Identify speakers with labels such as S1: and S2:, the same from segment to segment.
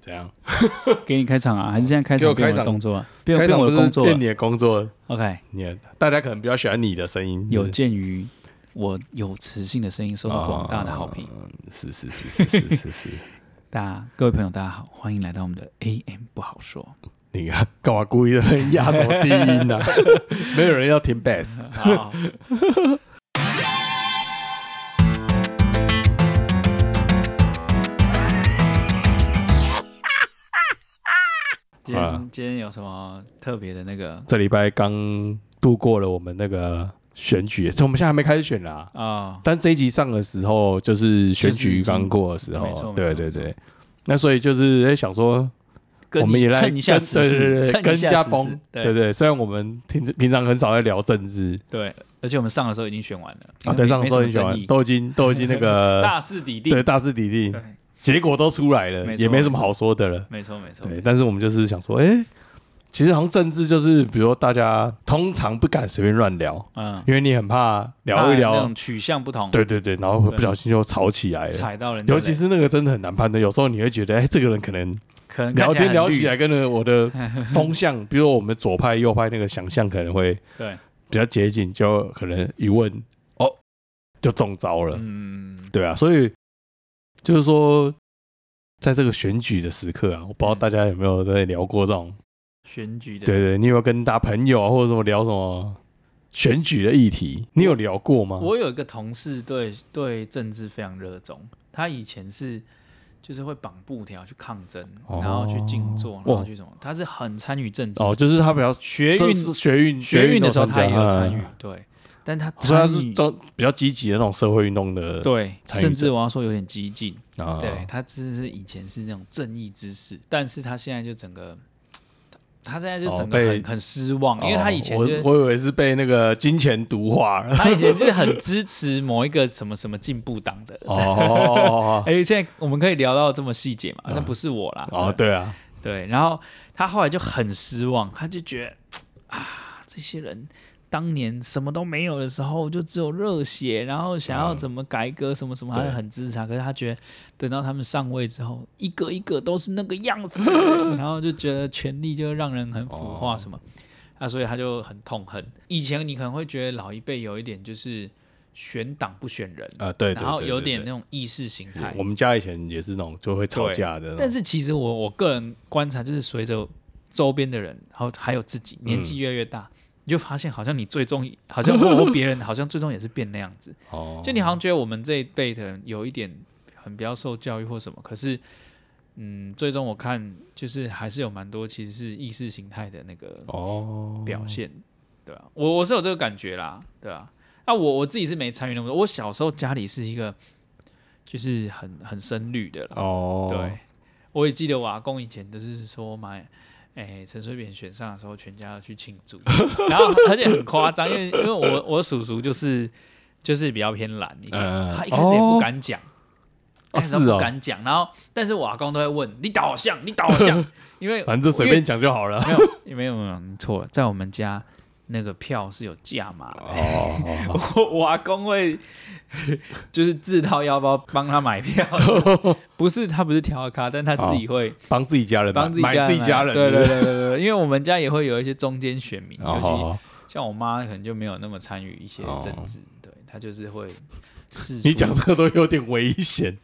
S1: 怎样？
S2: 给你开场啊，还是现在开
S1: 给我
S2: 场变我
S1: 开场
S2: 的动作啊？变
S1: 开
S2: 变
S1: 场
S2: 我
S1: 不
S2: 的
S1: 是
S2: 工作啊
S1: 变你的工作，
S2: ？OK，
S1: 你的大家可能比较喜欢你的声音，
S2: 有鉴于我有磁性的声音受
S1: 啊
S2: 到广大的好评，
S1: 是是是是是是是是，
S2: 大家各位朋友大家好，欢迎来到我们的 AM 不好说。
S1: 你看干嘛故意的压什么低音 呢、没有人要听 bass，
S2: 好，今
S1: 好啦
S2: 天今天有什么特别的那个
S1: 这礼拜刚度过了我们那个选举，所以我们现在还没开始选啦、
S2: 啊？
S1: 但这一集上的时候，就是选举刚过的时
S2: 就是已经没
S1: 候，
S2: 错
S1: 对
S2: 没错
S1: 对
S2: 没错
S1: 对。那所以就是哎想说，
S2: 跟
S1: 我们也来
S2: 蹭一下
S1: 跟
S2: 时
S1: 对
S2: 事，
S1: 对对，
S2: 蹭
S1: 跟
S2: 一下
S1: 加
S2: 时
S1: 崩
S2: 事，
S1: 对
S2: 对
S1: 对。虽然我们平平常很少在聊政治
S2: 对，而且我们上的时候已经选完了
S1: 啊，对，上
S2: 没
S1: 周
S2: 什
S1: 已
S2: 么
S1: 经讲
S2: 争
S1: 完，
S2: 议
S1: 都已经都已经那个
S2: 大势底定，
S1: 对大势底定
S2: 对，
S1: 结果都出来了，
S2: 没错
S1: 也没什么好说的了。
S2: 没错没错，
S1: 对，但是我们就是想说，哎，其实好像政治就是，比如说大家通常不敢随便乱聊，
S2: 嗯，
S1: 因为你很怕聊一
S2: 那
S1: 聊
S2: 种，取向不同，
S1: 对对对，然后会
S2: 对
S1: 不小心就吵起来了。
S2: 踩到人家
S1: 尤
S2: 雷，
S1: 其是那个真的很难判断，有时候你会觉得，哎、这个人可能
S2: 可能看
S1: 聊天
S2: 很
S1: 聊
S2: 绿
S1: 起来跟了我 的风向，比如我们左派右派那个想象可能会
S2: 对，
S1: 比较接近，就可能一问哦就中招了，
S2: 嗯，
S1: 对啊，所以就是说，在这个选举的时刻啊，我不
S2: 嗯
S1: 知道大家有没有在聊过这种，
S2: 选举的
S1: 对对，你有没有跟大家朋友啊或者什么聊什么选举的议题，你有聊过吗？
S2: 我有一个同事对对政治非常热衷，他以前是就是会绑布条去抗争，
S1: 哦
S2: 然后去静坐，然
S1: 哇
S2: 后去什么，他是很参与政治。
S1: 哦，就是他比较
S2: 学
S1: 是
S2: 运
S1: 是学运
S2: 学运的时候
S1: 都
S2: 他
S1: 参
S2: 也
S1: 加
S2: 有参与
S1: 嗯，
S2: 对，但他
S1: 所以他
S2: 参
S1: 是
S2: 与
S1: 都比较积极的那种社会运动的，
S2: 对，
S1: 参与
S2: 甚至
S1: 者
S2: 我要说有点激进，
S1: 啊，
S2: 对他只是以前是那种正义之士，但是他现在就整个。他他现在就
S1: 哦
S2: 整个
S1: 被
S2: 很、很失望，因为他以前
S1: 哦
S2: 就是、
S1: 我我以为是被那个金钱毒化 了
S2: 他以前就是很支持某一个什么什么进步党的，
S1: 哦嗯
S2: 哎、现在我们可以聊到这么细节嘛？那、不是我啦。
S1: 哦，对啊，
S2: 对，然后他后来就很失望，他就觉得啊，这些人当年什么都没有的时候，就只有热血，然后想要
S1: 嗯
S2: 怎么改革什么什么，
S1: 对
S2: 他很支持他。可是他觉得等到他们上位之后，一个一个都是那个样 子，然后就觉得权力就让人很腐化
S1: 哦
S2: 什么。啊，所以他就很痛恨。以前你可能会觉得老一辈有一点就是选党不选人，
S1: 啊对，对
S2: 然后
S1: 对
S2: 有
S1: 对
S2: 点那
S1: 对
S2: 种意识形态。
S1: 我们家以前也是那种就会吵架的那种，
S2: 但是其实我我个人观察，就是随着周边的人，然后还有自己年纪越来越大，
S1: 嗯
S2: 你就发现好像你最终 好像或或别人好像最终也是变那样子。
S1: 哦，
S2: 就你好像觉得我们这一辈的人有一点很比较受教育或什么，可是嗯，最终我看就是还是有蛮多其实是意识形态的那个
S1: 哦，
S2: 表现，对啊，我我是有这个感觉啦，对啊。那、我我自己是没参与那么多，我小时候家里是一个就是很很深绿的啦，
S1: 哦，
S2: 对，我也记得我阿公以前都是说买，哎、陈水扁选上的时候，全家要去庆祝， 然后而且很夸张，因为因为我我叔叔就是就是比较偏蓝一点，
S1: 嗯
S2: 他一开始也
S1: 哦
S2: 不敢讲。
S1: 哦
S2: 一开始都
S1: 是哦
S2: 不敢讲，然后但是我阿公都会问你导向，你导 向，因为
S1: 反正随便讲就好了。
S2: 因为没有没有没有你错了，在我们家那个票是有 价码的，
S1: 哦，哦
S2: 我我阿公会 就是自掏腰包帮他买票， 不是他不是调咖，但他自己会
S1: 帮自己家人买，啊
S2: 帮自己家啊
S1: 买自己家 人，
S2: 对
S1: 对
S2: 对对对对，对因为我们家也会有一些中间选民，
S1: 哦
S2: 尤其
S1: 哦，
S2: 像我妈可能就没有那么参与一些政治，对她就是会 试出。
S1: 你讲这个都有点危 险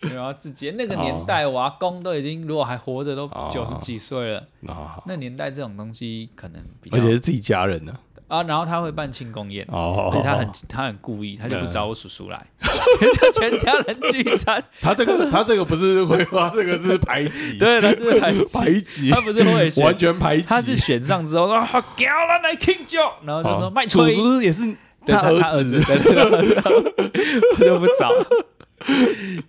S2: 没有啊自己那个年代，我阿公都已经如果还活着都
S1: 哦
S2: 九十几岁了，
S1: 啊，
S2: 那年代这种东西可能比 较
S1: 而且是自己家人呢。
S2: 啊，然后他会办庆功宴。
S1: 哦，
S2: 而且他很
S1: 哦
S2: 他很故意，他就不
S1: 嗯
S2: 找我叔叔来， 就全家人聚 餐。
S1: 他这个他这个不是 绘画，这个是排挤，
S2: 对，他就是很气
S1: 排挤，
S2: 他不是会
S1: 完
S2: 选，
S1: 全排挤。
S2: 他是选上之后说好屌了来庆祝，然后就说
S1: 哦
S2: 卖
S1: 叔
S2: 吹，
S1: 叔也是
S2: 对
S1: 他
S2: 他他
S1: 儿
S2: 儿子，对对对对 我就不 找，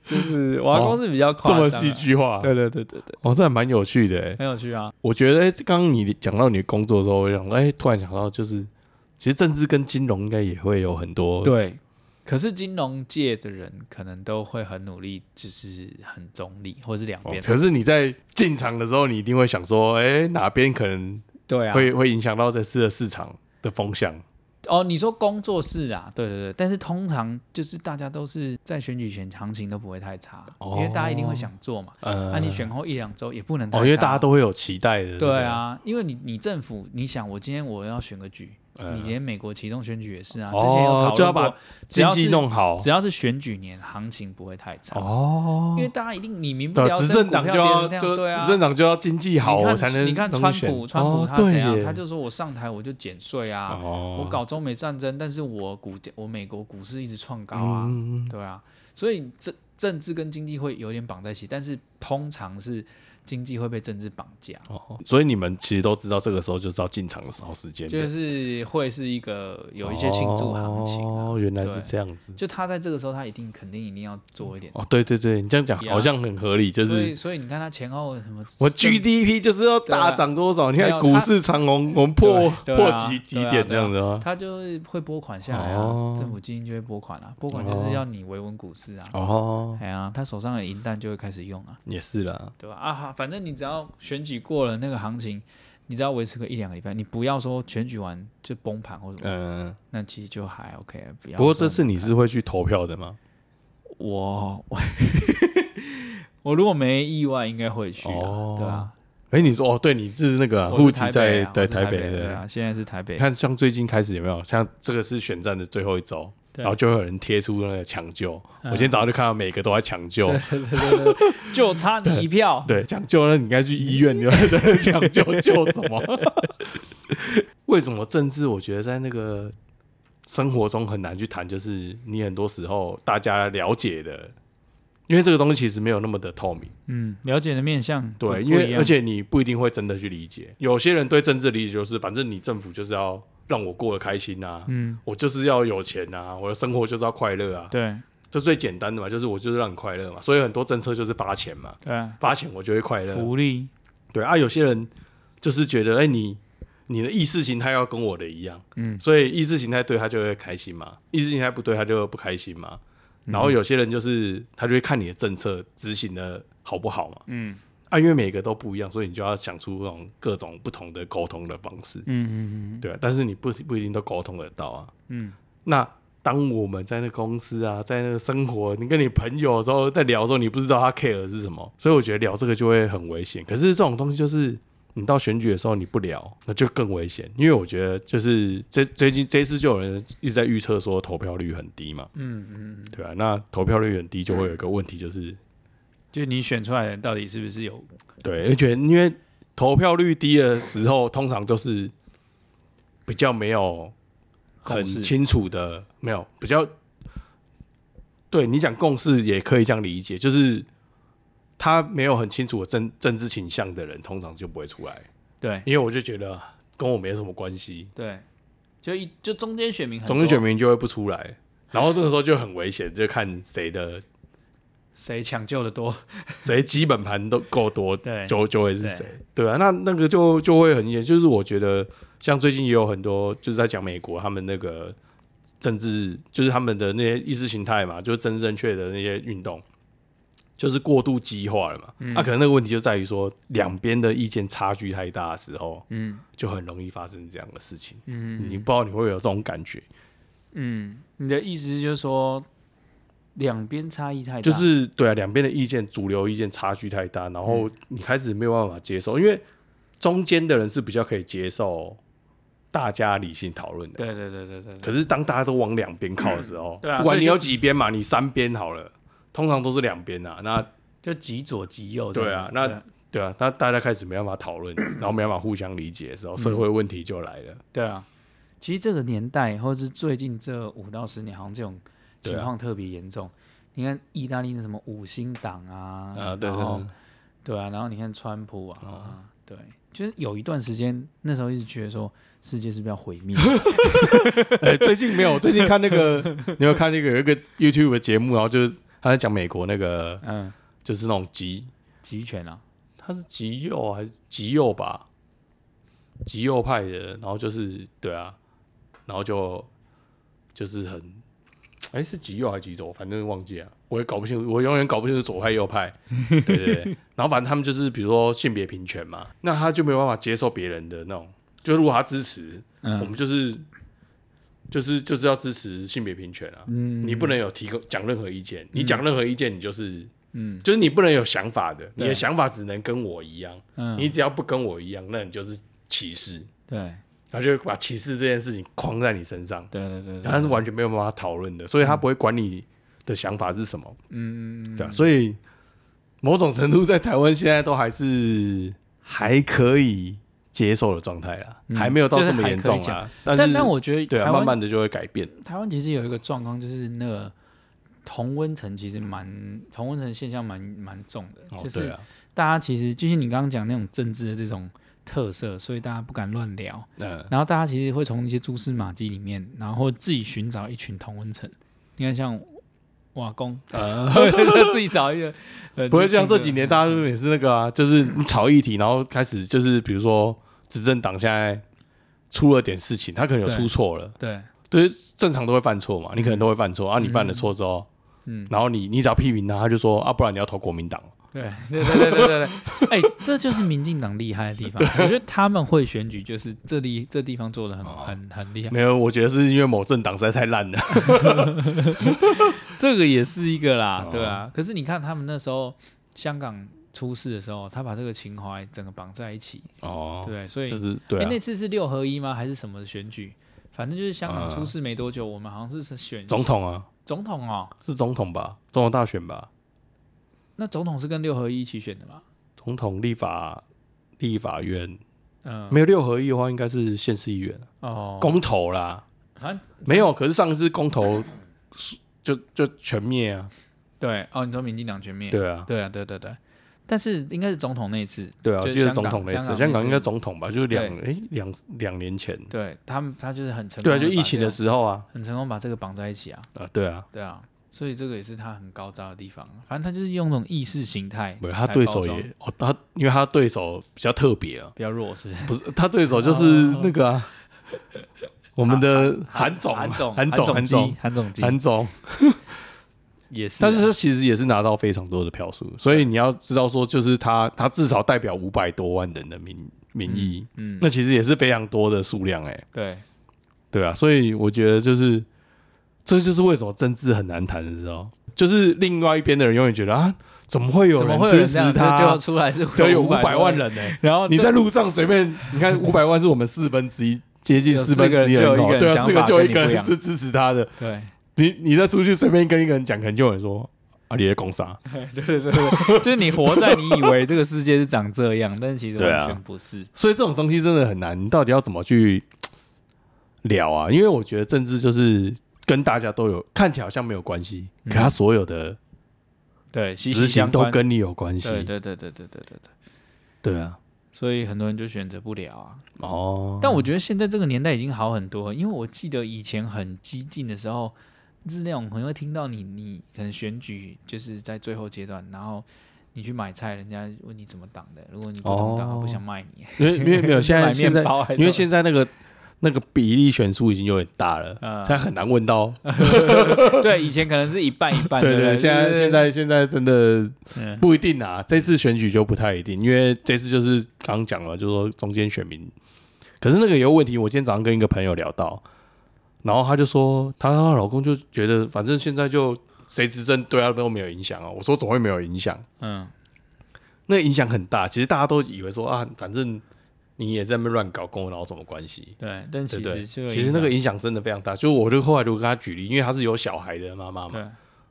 S2: 就是我阿公是比较夸
S1: 哦这
S2: 张啊
S1: 么戏，剧化，
S2: 对对对对对，
S1: 哦，这还蛮有趣的欸。
S2: 很有趣啊，
S1: 我觉得欸刚刚你讲到你的工作的时候，我想，哎，突然想到，就是其实政治跟金融应该也会有很多
S2: 对。可是金融界的人可能都会很努力，就是很中立，或者是两
S1: 哦
S2: 边、
S1: 可是你在进场的时候，你一定会想说，哎，哪边可能
S2: 对啊，
S1: 会会影响到这次的市场的风向
S2: 哦，你说工作室啊，对对对，但是通常就是大家都是在选举前行情都不会太差，
S1: 哦
S2: 因为大家一定会想做嘛。那、
S1: 呃，
S2: 啊你选后一两周也不能太差，
S1: 哦，因为大家都会有期待的，
S2: 对啊，因为你你政府，你想我今天我要选个举，
S1: 对不对，
S2: 你连美国其中选举也是啊，
S1: 哎哦
S2: 之前有讨论过
S1: 就要把
S2: 只
S1: 经
S2: 要
S1: 济
S2: 是
S1: 弄好
S2: 只要是选举年，行情不会太差，
S1: 哦
S2: 因，为大家一定你民不
S1: 对啊，
S2: 聊
S1: 执
S2: 生
S1: 政
S2: 股
S1: 党
S2: 票
S1: 就要
S2: 跌成这
S1: 就
S2: 样对啊，
S1: 执政党就要经济好，
S2: 你
S1: 我
S2: 看
S1: 才能
S2: 你看
S1: 能
S2: 川
S1: 选
S2: 普，川普他怎样？他
S1: 哦
S2: 就说我上台我就减税
S1: 对
S2: 啊，
S1: 耶哦
S2: 我搞中美战争，但是我股我美国股市一直创高啊，
S1: 嗯，
S2: 对啊，所以政政治跟经济会有点绑在一起，但是通常是经济会被政治绑架，
S1: 哦，所以你们其实都知道这个时候就是要进场的时候时间的，
S2: 就是会是一个有一些庆祝行情啊、
S1: 哦，原来是
S2: 对
S1: 这样子。
S2: 就他在这个时候，他一定肯定一定要做一点，
S1: 哦，对对对，你这样讲
S2: 呀
S1: 好像很合理，就
S2: 所
S1: 是
S2: 以所以你看他前后什么
S1: 我
S2: 政
S1: GDP 就是要
S2: 对啊
S1: 大涨多少？你
S2: 没
S1: 看
S2: 有
S1: 股
S2: 它
S1: 市长虹，我们破
S2: 对对
S1: 破
S2: 啊
S1: 几几
S2: 对啊
S1: 点
S2: 对
S1: 这
S2: 啊
S1: 样子吗？
S2: 他就是会拨款下来啊，
S1: 哦
S2: 政府基金就会拨款啊，拨款就是要你维稳股市啊。
S1: 哦，
S2: 哎呀，他手上的银弹就会开始用啊，
S1: 也是啦，
S2: 对吧？啊，哈反正你只要选举过了那个行情，你只要维持个一两个礼拜，你不要说选举完就崩盘或者什么，
S1: 嗯。
S2: 那其实就还 OK。不啊要。
S1: 不过这次你是会去投票的吗？
S2: 我 我我如果没意外，应该会去啊，
S1: 哦
S2: 对啊，
S1: 哎，你说哦，对，你是那个啊
S2: 我是
S1: 户籍
S2: 台北
S1: 在
S2: 啊我
S1: 在
S2: 是
S1: 台
S2: 台
S1: 北
S2: 对
S1: 的。
S2: 啊，现在是台北
S1: 你，看，像最近开始有没有？像这个是选战的最后一周，
S2: 对嗯
S1: 然后就会有人贴出那个抢救。我今天早上就看到每个都在抢救，
S2: 对对对对 就差你一票。
S1: 对，抢救那你应该去医院，你要 抢救救什么？ 为什么政治？我觉得在那个生活中很难去谈，就是你很多时候大家了解的，因为这个东西其实没有那么的透明。
S2: 嗯，了解的面向都不
S1: 对，
S2: 一
S1: 因为
S2: 样
S1: 而且你不一定会真的去理解。有些人对政治理解就是，反正你政府就是要让我过得开心啊，
S2: 嗯，
S1: 我就是要有钱啊，我的生活就是要快乐啊，
S2: 对
S1: 这最简单的嘛，就是我就是让你快乐嘛。所以很多政策就是发钱嘛，
S2: 对啊，
S1: 发钱我就会快乐。
S2: 福利
S1: 对啊，有些人就是觉得，哎、你你的意识形态要跟我的一样，
S2: 嗯
S1: 所以意识形态对他就会开心嘛，意识形态不对他就不开心嘛。
S2: 嗯
S1: 然后有些人就是他就会看你的政策执行的好不好嘛，
S2: 嗯
S1: 啊，因为每个都不一样，所以你就要想出那种各种不同的沟通的方式，
S2: 嗯嗯
S1: 对啊，但是你不不一定都沟通得到啊。
S2: 嗯
S1: 那当我们在那公司啊，在那个生活，你跟你朋友的时候在聊的时候，你不知道他 care 的是什么，所以我觉得聊这个就会很危险。可是这种东西就是你到选举的时候你不聊，那就更危险，因为我觉得就是这最近这一次就有人一直在预测说投票率很低嘛，
S2: 嗯嗯，
S1: 对啊，那投票率很低就会有一个问题就是，
S2: 就你选出来的人到底是不是有
S1: 对，而且因为投票率低的时候，通常都是比较没有很
S2: 共识
S1: 清楚的，没有比较。对你讲共识也可以这样理解，就是他没有很清楚的政政治倾向的人，通常就不会出来。
S2: 对
S1: 因为我就觉得跟我没什么关系，
S2: 对，就一就中间选民很多，
S1: 中间选民就会不出来，然后这个时候就很危险，就看谁的
S2: 谁抢救 的多，
S1: 谁基本盘都够多，
S2: 对
S1: 就就会是谁？对啊，那那个就就会很严，就是我觉得像最近也有很多就是在讲美国他们那个政治，就是他们的那些意识形态嘛，就是政治正确的那些运动，就是过度激化了嘛。那、
S2: 嗯
S1: 可能那个问题就在于说两边的意见差距太大的时候，
S2: 嗯
S1: 就很容易发生这样的事情。
S2: 嗯
S1: 你不知道你会不会有这种感觉，
S2: 嗯，你的意思就是说两边差异太大，
S1: 就是对啊，两边的意见主流意见差距太大，然
S2: 嗯
S1: 后你开始没有办法接受，因为中间的人是比较可以接受大家理性讨论的。
S2: 对对对对对对，
S1: 可是当大家都往两边靠的时候，
S2: 嗯对啊
S1: 不管你
S2: 所
S1: 有
S2: 以
S1: 几边嘛，你三边好了，通常都是两边啊。那
S2: 就极左极右这
S1: 对
S2: 样
S1: 啊
S2: 子，，
S1: 那对啊，那大家开始没办法讨 论，然后没办法互相理解的时候，社会问题就来了。
S2: 对啊，其实这个年代，或者是最近这五到十年，好像这种情
S1: 啊
S2: 况特别严重。你看意大利那什么五星党
S1: 啊，
S2: 啊，
S1: 对
S2: 然
S1: 对
S2: 后
S1: 对哦
S2: 对啊，然后你看川普啊，对，就是有一段时间，那时候一直觉得说世界是不是要毁 灭？
S1: 哎、最近没 有，最近看那个，你有看那个有一个 YouTube 的节目，然后就是他在讲美国那个，
S2: 嗯，
S1: 就是那种极
S2: 集权啊，
S1: 他是极右啊还是极右吧？极右派的，然后就是对啊，然后就就是很，哎、是极右还是极左？反正忘记了，我也搞不清楚，我永远搞不清楚左派右派。对对对，然后反正他们就是比如说性别平权嘛，那他就没有办法接受别人的那种，就如果他支持，我
S2: 嗯
S1: 们就是就是就是要支持性别平权啊，你不能有提供讲任何意见，你讲任何意见，你就是嗯，就是你不能有想法的，你的想法只能跟我一样，
S2: 嗯
S1: 你只要不跟我一样，那你就是歧视，
S2: 对
S1: 他就会把歧视这件事情框在你身上，
S2: 对对对对，
S1: 他是完全没有办法讨论的，所
S2: 嗯
S1: 以他不会管你的想法是什么，嗯，对啊，所以某种程度在台湾现在都还是还可以接受的状态啦，还没有到
S2: 嗯就是
S1: 这么
S2: 还
S1: 严
S2: 可以
S1: 重
S2: 讲
S1: 啦，
S2: 但
S1: 是
S2: 但我觉得
S1: 对
S2: 台
S1: 啊，
S2: 湾、
S1: 慢慢的就会改变。
S2: 台湾其实有一个状况，就是那个同温层其实蛮同温层现象蛮蛮重的，
S1: 哦
S2: 就，
S1: 对
S2: 是
S1: 啊，
S2: 大家其实就像你刚刚讲那种政治的这种特色，所以大家不敢乱聊，
S1: 嗯，
S2: 然后大家其实会从一些蛛丝马迹里面，然后自己寻找一群同温层。你看像瓦工， 自己找一个，呃
S1: 呃不会像这
S2: 就
S1: 几年大家
S2: 嗯
S1: 都也是那个啊，就是你炒议题，然后开始就是比如说执政党现在出了点事情，他可能有
S2: 对
S1: 出错了，
S2: 对
S1: 对，正常都会犯错嘛，你可
S2: 嗯
S1: 能都会犯错啊，你犯了错之后。嗯，然后你你只要批评他，他就说啊，不然你要投国民党。
S2: 对对对对对对对，哎、这就是民进党厉害的地方。我觉得他们会选举，就是这里这地方做的很、
S1: 哦
S2: 很很厉害。
S1: 没有，我觉得是因为某政党实在太 烂了。
S2: 这个也是一个啦，
S1: 哦
S2: 对啊。可是你看他们那时候香港出事的时候，他把这个情怀整个绑在一起，
S1: 哦，
S2: 对，所以、
S1: 就是对
S2: 哎
S1: 啊
S2: 那，次是六合一吗？还是什么选举？反正就是香港出事没多久，我们好像是选
S1: 呃总统啊，
S2: 总统哦。
S1: 是总统吧？总统大选吧？
S2: 那总统是跟六合一一起选的嘛？
S1: 总统、立法、立法院，
S2: 嗯，
S1: 没有六合一的话，应该是县市议员。
S2: 哦，
S1: 公投啦，
S2: 反正
S1: 没有。可是上次公投就就全灭啊，
S2: 对哦，你说民进党全面，
S1: 对啊，
S2: 对啊，对对对。但是应该是总统那一次，
S1: 对啊，
S2: 就
S1: 我
S2: 是
S1: 记得
S2: 香
S1: 总
S2: 港
S1: 统那
S2: 香
S1: 次，
S2: 港
S1: 香
S2: 那
S1: 港
S2: 次
S1: 应该总统吧，就是两
S2: 对
S1: 诶两两年前，
S2: 对他们他就是很成功，
S1: 对啊，就疫情的，时候啊，
S2: 很成功把这个绑在一起啊，
S1: 啊，对啊，
S2: 对啊，所以这个也是他很高招的地方。反正他就是用那种意识形态来包
S1: 不是他
S2: 装，
S1: 对手也哦，他因为他对手比较特别啊，
S2: 比较弱，是不是？
S1: 不是他对手就是那个啊，我们的韩总，
S2: 哦
S1: 啊
S2: 韩总，
S1: 韩总，韩总
S2: 韩基，，韩总基
S1: 韩总，
S2: 也是啊，
S1: 但是他其实也是拿到非常多的票数，所以你要知道说，就是他他至少代表五百多万人的民民意，
S2: 嗯，
S1: 那其实也是非常多的数量哎、
S2: 对，
S1: 对啊，所以我觉得就是，这就是为什么政治很难谈的时候，就是另外一边的人永远觉得啊，怎么会有
S2: 怎么会有
S1: 支
S2: 人这
S1: 持
S2: 样？
S1: 他？
S2: 就出来是
S1: 就有五百
S2: 500
S1: 万
S2: 万，
S1: 人呢、欸
S2: 然 后
S1: 你
S2: 对
S1: 在路上随便，你 看五百万是我们四分之一，接近
S2: 有
S1: 四分之一人
S2: 四个人就有一
S1: 口，
S2: 个人
S1: 对啊，
S2: 想
S1: 四个
S2: 法
S1: 就有一
S2: 跟你
S1: 个
S2: 不一
S1: 人
S2: 样
S1: 是支持他的。
S2: 对
S1: 你你再出去随便跟一个人讲，可能就有人说啊，你在攻杀。
S2: 对对对对， 就是你活在你以为这个世界是长这样，但是其实
S1: 对啊
S2: 完全不是。
S1: 所以这种东西真的很难，你到底要怎么去聊啊？因为我觉得政治就是跟大家都有看起来好像没有关系，
S2: 嗯
S1: 可它所有的
S2: 对，息息
S1: 执行
S2: 相
S1: 都
S2: 关。
S1: 跟你有关系。
S2: 对对对对对对对对，
S1: 对啊，
S2: 所以很多人就选择不了啊。
S1: 哦，
S2: 但我觉得现在这个年代已经好很多，因为我记得以前很激进的时候，就是那种很会听到你你可能选举就是在最后阶段，然后你去买菜，人家问你怎么挡的，如果你不同党，
S1: 哦
S2: 他不想卖你，
S1: 因为因为没有现在
S2: 买
S1: 现
S2: 面
S1: 在
S2: 包还是
S1: 因为
S2: 什么
S1: 现在那个那个比例悬殊已经有点大了，
S2: 嗯
S1: 现在很难问到。
S2: 对以前可能是一半一半，
S1: 对
S2: 对
S1: 对，
S2: 不，
S1: 现在现在现在真的
S2: 嗯
S1: 不一定啊，这次选举就不太一定，因为这次就是刚刚讲了，就是说中间选民，可是那个有问题。我今天早上跟一个朋友聊到，然后他就说，她她老公就觉得，反正现在就谁执政对他都没有影响啊。我说怎么会没有影响？
S2: 嗯
S1: 那影响很大。其实大家都以为说啊，反正你也在那边乱搞，跟我有什么关系？
S2: 对，但
S1: 对
S2: 其
S1: 不对？
S2: 实就
S1: 其实那个影响真的非常大。就我就后来就跟他举例，因为他是有小孩的妈妈嘛，
S2: 对
S1: 然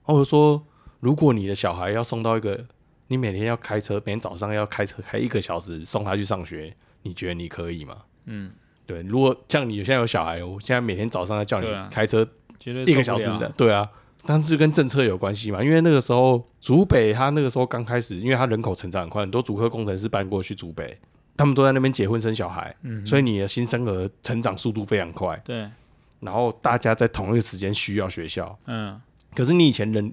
S1: 后我就说，如果你的小孩要送到一个，你每天要开车，每天早上要开车开一个小时送他去上学，你觉得你可以吗？
S2: 嗯
S1: 对，如果像你现在有小孩，我现在每天早上要叫你
S2: 对啊
S1: 开车
S2: 绝对
S1: 一个小
S2: 受不
S1: 时
S2: 了
S1: 的，对啊，但是跟政策有关系嘛，因为那个时候竹北他那个时候刚开始，因为他人口成长很快，很多竹科工程师搬过去竹北，他们都在那边结婚生小孩，
S2: 嗯
S1: 所以你的新生儿成长速度非常快，
S2: 对
S1: 然后大家在同一个时间需要学校，
S2: 嗯
S1: 可是你以前人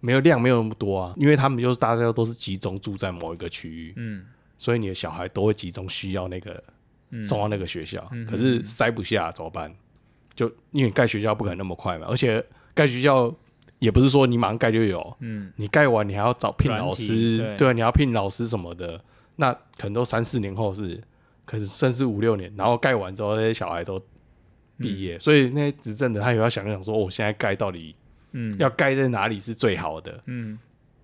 S1: 没有量没有那么多啊，因为他们就是大家都是集中住在某一个区域，
S2: 嗯
S1: 所以你的小孩都会集中需要那个
S2: 嗯
S1: 送到那个学校，
S2: 嗯
S1: 可是塞不下怎么办？就因为盖学校不可能那么快嘛，而且盖学校也不是说你马上盖就有，
S2: 嗯
S1: 你盖完你还要找聘
S2: 软体
S1: 老师，
S2: 对
S1: 对啊，你要聘老师什么的，那可能都三四年后是，可能甚至五六年，然后盖完之后那些小孩都毕业，所以那些执政的他也要想想说，哦我现在盖到底
S2: 嗯
S1: 要盖在哪里是最好的
S2: 嗯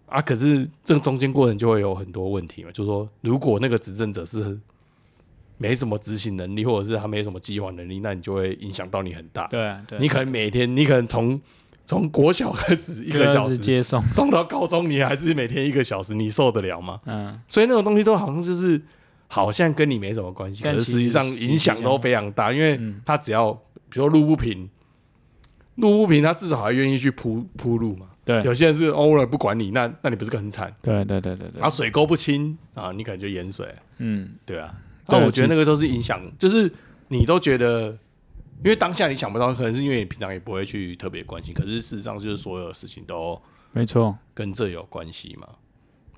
S1: 啊？可是这个中间过程就会有很多问题嘛，就是说如果那个执政者是没什么执行能力，或者是他没什么计划能力，那你就会影响到你很大。
S2: 对啊对啊，
S1: 你可能每天，你可能从从国小开始一个小
S2: 就是
S1: 时。
S2: 接送，
S1: 送到高中，你还是每天一个小时，你受得了吗？
S2: 嗯
S1: 所以那种东西都好像就是好像跟你没什么关系，可
S2: 但
S1: 是
S2: 其
S1: 实际
S2: 实
S1: 上
S2: 实际
S1: 影响都
S2: 上
S1: 非常大，因为
S2: 嗯
S1: 他只要比如说路不平，路不平，他至少还愿意去铺铺路嘛。
S2: 对
S1: 有些人是偶尔不管你，那那你不是更惨？
S2: 对对对对
S1: 然后，水沟不清啊，你可能就淹水，
S2: 嗯
S1: 对啊。
S2: 对
S1: 那
S2: 啊
S1: 我觉得
S2: 其
S1: 那
S2: 实
S1: 个都是影响，就是你都觉得。因为当下你想不到，可能是因为你平常也不会去特别关心，可是事实上就是所有事情都
S2: 没错，
S1: 跟这有关系嘛？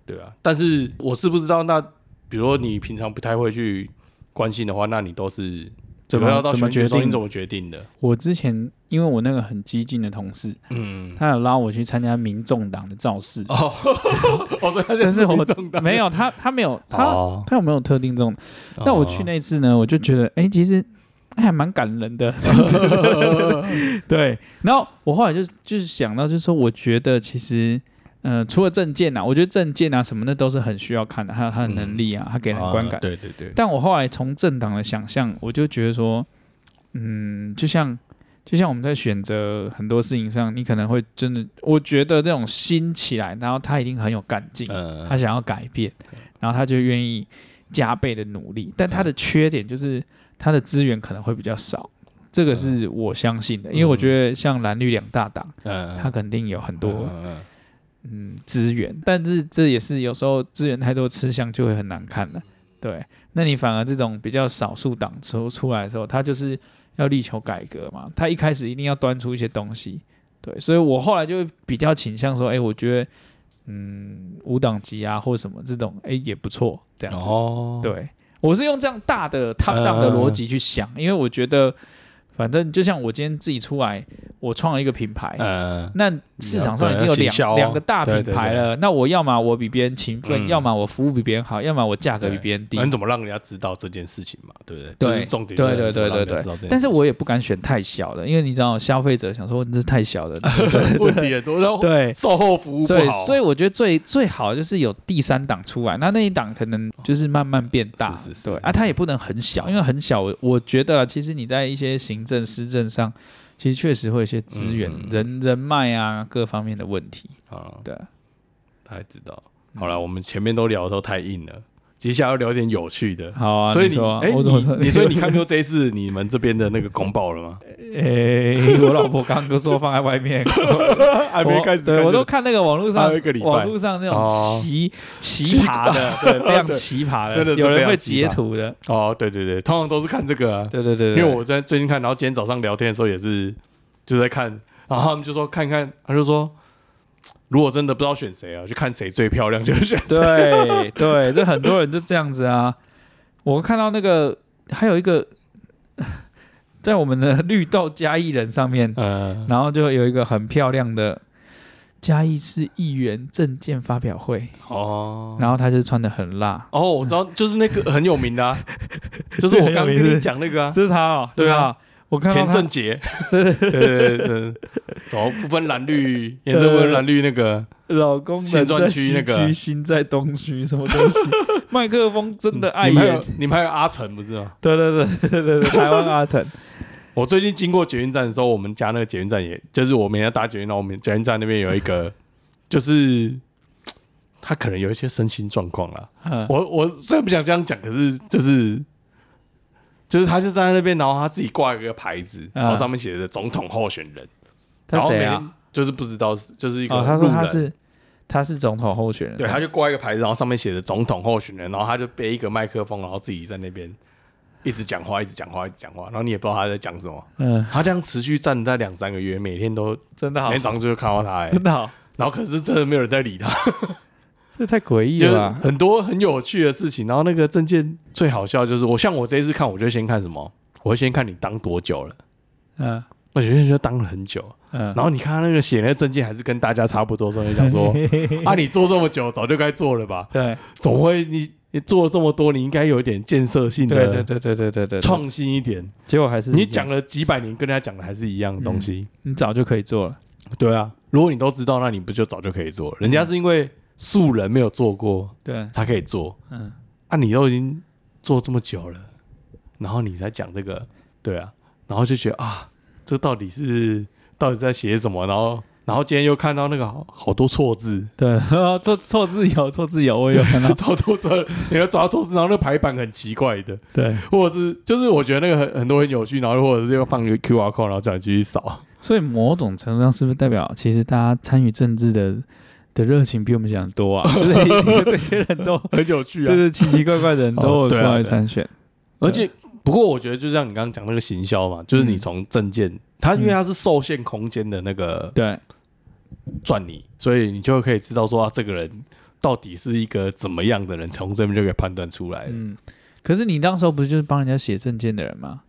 S1: 对啊，但是我是不知道那，比如说你平常不太会去关心的话，那你都是
S2: 怎么
S1: 比如说到
S2: 怎么
S1: 选举的
S2: 决
S1: 时候
S2: 定
S1: 你怎么决定的？
S2: 我之前因为我那个很激进的同事，
S1: 嗯，
S2: 他有拉我去参加民众党的造势，
S1: 哦， 我说他就
S2: 但是我
S1: 民众党
S2: 没有他，他没有他，
S1: 哦
S2: 他有没有特定这种？那我去那一次呢，我就觉得，哎、其实还蛮感人的。这样子对，然后我后来就就是想到，就是说，我觉得其实，呃，除了证件啊，我觉得证件啊什么的都是很需要看的，还有他的能力啊，他给人的观感。
S1: 啊对对对，
S2: 但我后来从政党的想象，我就觉得说，嗯，就像就像我们在选择很多事情上，你可能会真的，我觉得这种新起来，然后他一定很有干劲，
S1: 嗯
S2: 他想要改变，然后他就愿意加倍的努力。但他的缺点就是他的资源可能会比较少，这个是我相信的，因为我觉得像蓝绿两大党，
S1: 嗯
S2: 他肯定有很多
S1: 嗯嗯
S2: 嗯资源，但是这也是有时候资源太多，吃相就会很难看了。对，那你反而这种比较少数党出出来的时候，他就是要力求改革嘛，他一开始一定要端出一些东西。对，所以我后来就比较倾向说，哎、我觉得嗯无党籍啊或什么这种，哎、也不错这样子。
S1: 哦，
S2: 对，我是用这样大的 top down 的逻辑去想，因为我觉得反正就像我今天自己出来，我创了一个品牌，
S1: 嗯
S2: 那市场上已经有
S1: 对要行销
S2: 两
S1: 啊
S2: 两个大品牌
S1: 对对
S2: 了，那我要么我比别人勤奋，
S1: 嗯
S2: 要么我服务比别人好，要么我价格比别人低
S1: 那。你怎么让人家知道这件事情嘛？对不对？
S2: 对
S1: 就是重点就是
S2: 对对
S1: 你怎么让
S2: 对对
S1: 人家
S2: 对
S1: 知道这件事情，
S2: 但是我也不敢选太小的，因为你知道消费者想说这是 太小的，对
S1: 问题也多，然后
S2: 对，
S1: 售后服务不
S2: 所以
S1: 好，
S2: 所以我觉得最最好就是有第三档出来，那那一档可能就是慢慢变大，
S1: 是是是
S2: 对啊，它也不能很小，因为很小，我我觉得啊其实你在一些行政施政上，其实确实会有一些资源、
S1: 嗯
S2: 人人脉啊各方面的问题，
S1: 啊，
S2: 对，嗯
S1: 大家知道。好了，我们前面都聊的都太硬了，接下来要聊点有趣的。
S2: 好啊，
S1: 所以
S2: 你
S1: 你
S2: 说啊，
S1: 哎，
S2: 我怎么说
S1: 你你所以你看过这一次你们这边的那个公报了吗？
S2: 诶、哎我老婆刚刚就说放在外 面，
S1: 啊还没开始看就，
S2: 我对我都看那个网络上
S1: 还有一个礼拜
S2: 网络上那种
S1: 哦
S2: 奇、奇葩的，对， 非常奇葩的，
S1: 真的是
S2: 有人
S1: 非
S2: 会
S1: 常奇葩
S2: 截 图的，
S1: 哦，对对对，通常都是看这个啊，
S2: 对对对
S1: 因为我在最近看，然后今天早上聊天的时候也是就在看，然后他们就说看看，他就说如果真的不知道选谁啊，就看谁最漂亮就选谁。
S2: 对对，这很多人就这样子啊。我看到那个还有一个，在我们的绿豆嘉义人上面，
S1: 嗯，
S2: 然后就有一个很漂亮的嘉义市议员证件发表会，
S1: 哦。
S2: 然后他就穿的很辣，
S1: 哦，我知道，就是那个很有名 的、啊，就是我刚刚跟你讲那个啊，
S2: 这是他哦，
S1: 对啊
S2: 是他哦，我看到
S1: 田
S2: 他
S1: 胜杰，对对对对，什么不分蓝绿，颜色不分蓝绿那个，
S2: 老公
S1: 新
S2: 人
S1: 庄
S2: 在
S1: 区
S2: 西
S1: 那个
S2: 区，啊心在东区，什么东 西？麦克风真的碍
S1: 你们还
S2: 眼
S1: 有，你们还有阿成不是吗？
S2: 对对对对对对，台湾阿成，
S1: 我最近经过捷运站的时候，我们家那个捷运站也，就是我每天搭捷运，然后我们捷运站那边有一个， 就是他可能有一些身心状况啦。
S2: 嗯
S1: 我我虽然不想这样讲，可是就是就是他就站在那边，然后他自己挂一个牌子，
S2: 嗯
S1: 然后上面写着总统候选人，
S2: 他
S1: 然后每
S2: 谁啊
S1: 天？就是不知道是就是一个
S2: 哦，他说
S1: 路人
S2: 他是他是总统候选人，啊
S1: 对，他就挂一个牌子，然后上面写着总统候选人，然后他就背一个麦克风，然后自己在那边一直讲话，一直讲话，一直讲话，然后你也不知道他在讲什么。
S2: 嗯，
S1: 他这样持续站在两三个月，每天都
S2: 真的好
S1: 每，天早上就会看到他、欸，
S2: 真的好，
S1: 然后可是真的没有人在 理他，
S2: 这太诡异
S1: 就
S2: 了
S1: 是
S2: 吧？
S1: 很多很有趣的事情。然后那个证件最好笑就是我，像我这一次看，我就先看什么，我会先看你当多久了。
S2: 嗯
S1: 我觉得就当了很久，
S2: 嗯，
S1: 然后你看他那个写那个证件还是跟 大家差不多，所以想说啊，你做这么久，早就该做了吧？
S2: 对
S1: 总会你你做了这么多，你应该有一点建设性的
S2: 对对对对对对对，
S1: 创新一点。
S2: 结果还是一
S1: 你
S2: 样
S1: 讲了几百年，跟人家讲的还是一样的东西。
S2: 你早就可以做了，
S1: 对啊，如果你都知道，那你不就早就可以做了？
S2: 嗯
S1: 人家是因为素人没有做过，
S3: 对，
S1: 他可以做。
S3: 嗯，
S1: 啊，你都已经做这么久了，然后你才讲这个，对啊，然后就觉得啊，这到底是到底在写什么？然后，然后今天又看到那个好好多错字，
S2: 对， 错错字有错字有，我有 看到，
S1: 超多错，你要抓错字，然后那排版很奇怪的，
S2: 对，
S1: 或者是就是我觉得那个很很多很有趣，然后或者是又放一个 Q R code，然后叫你继续扫。
S2: 所以某种程度上是不是代表，其实大家参与政治的的热情比我们想得 多啊？就是这些人都
S1: 很有趣啊，哦
S2: 就是奇奇怪怪的人都有出来参选，
S1: 而且不过我觉得就像你刚刚讲那个行销嘛，就是你从证件，它因为它是受限空间的那个
S2: 对
S1: 赚你，所以你就可以知道说、啊、这个人到底是一个怎么样的人，从这边就可以判断出来了。
S2: 嗯。可是你当时候不是就是帮人家写证件的人吗？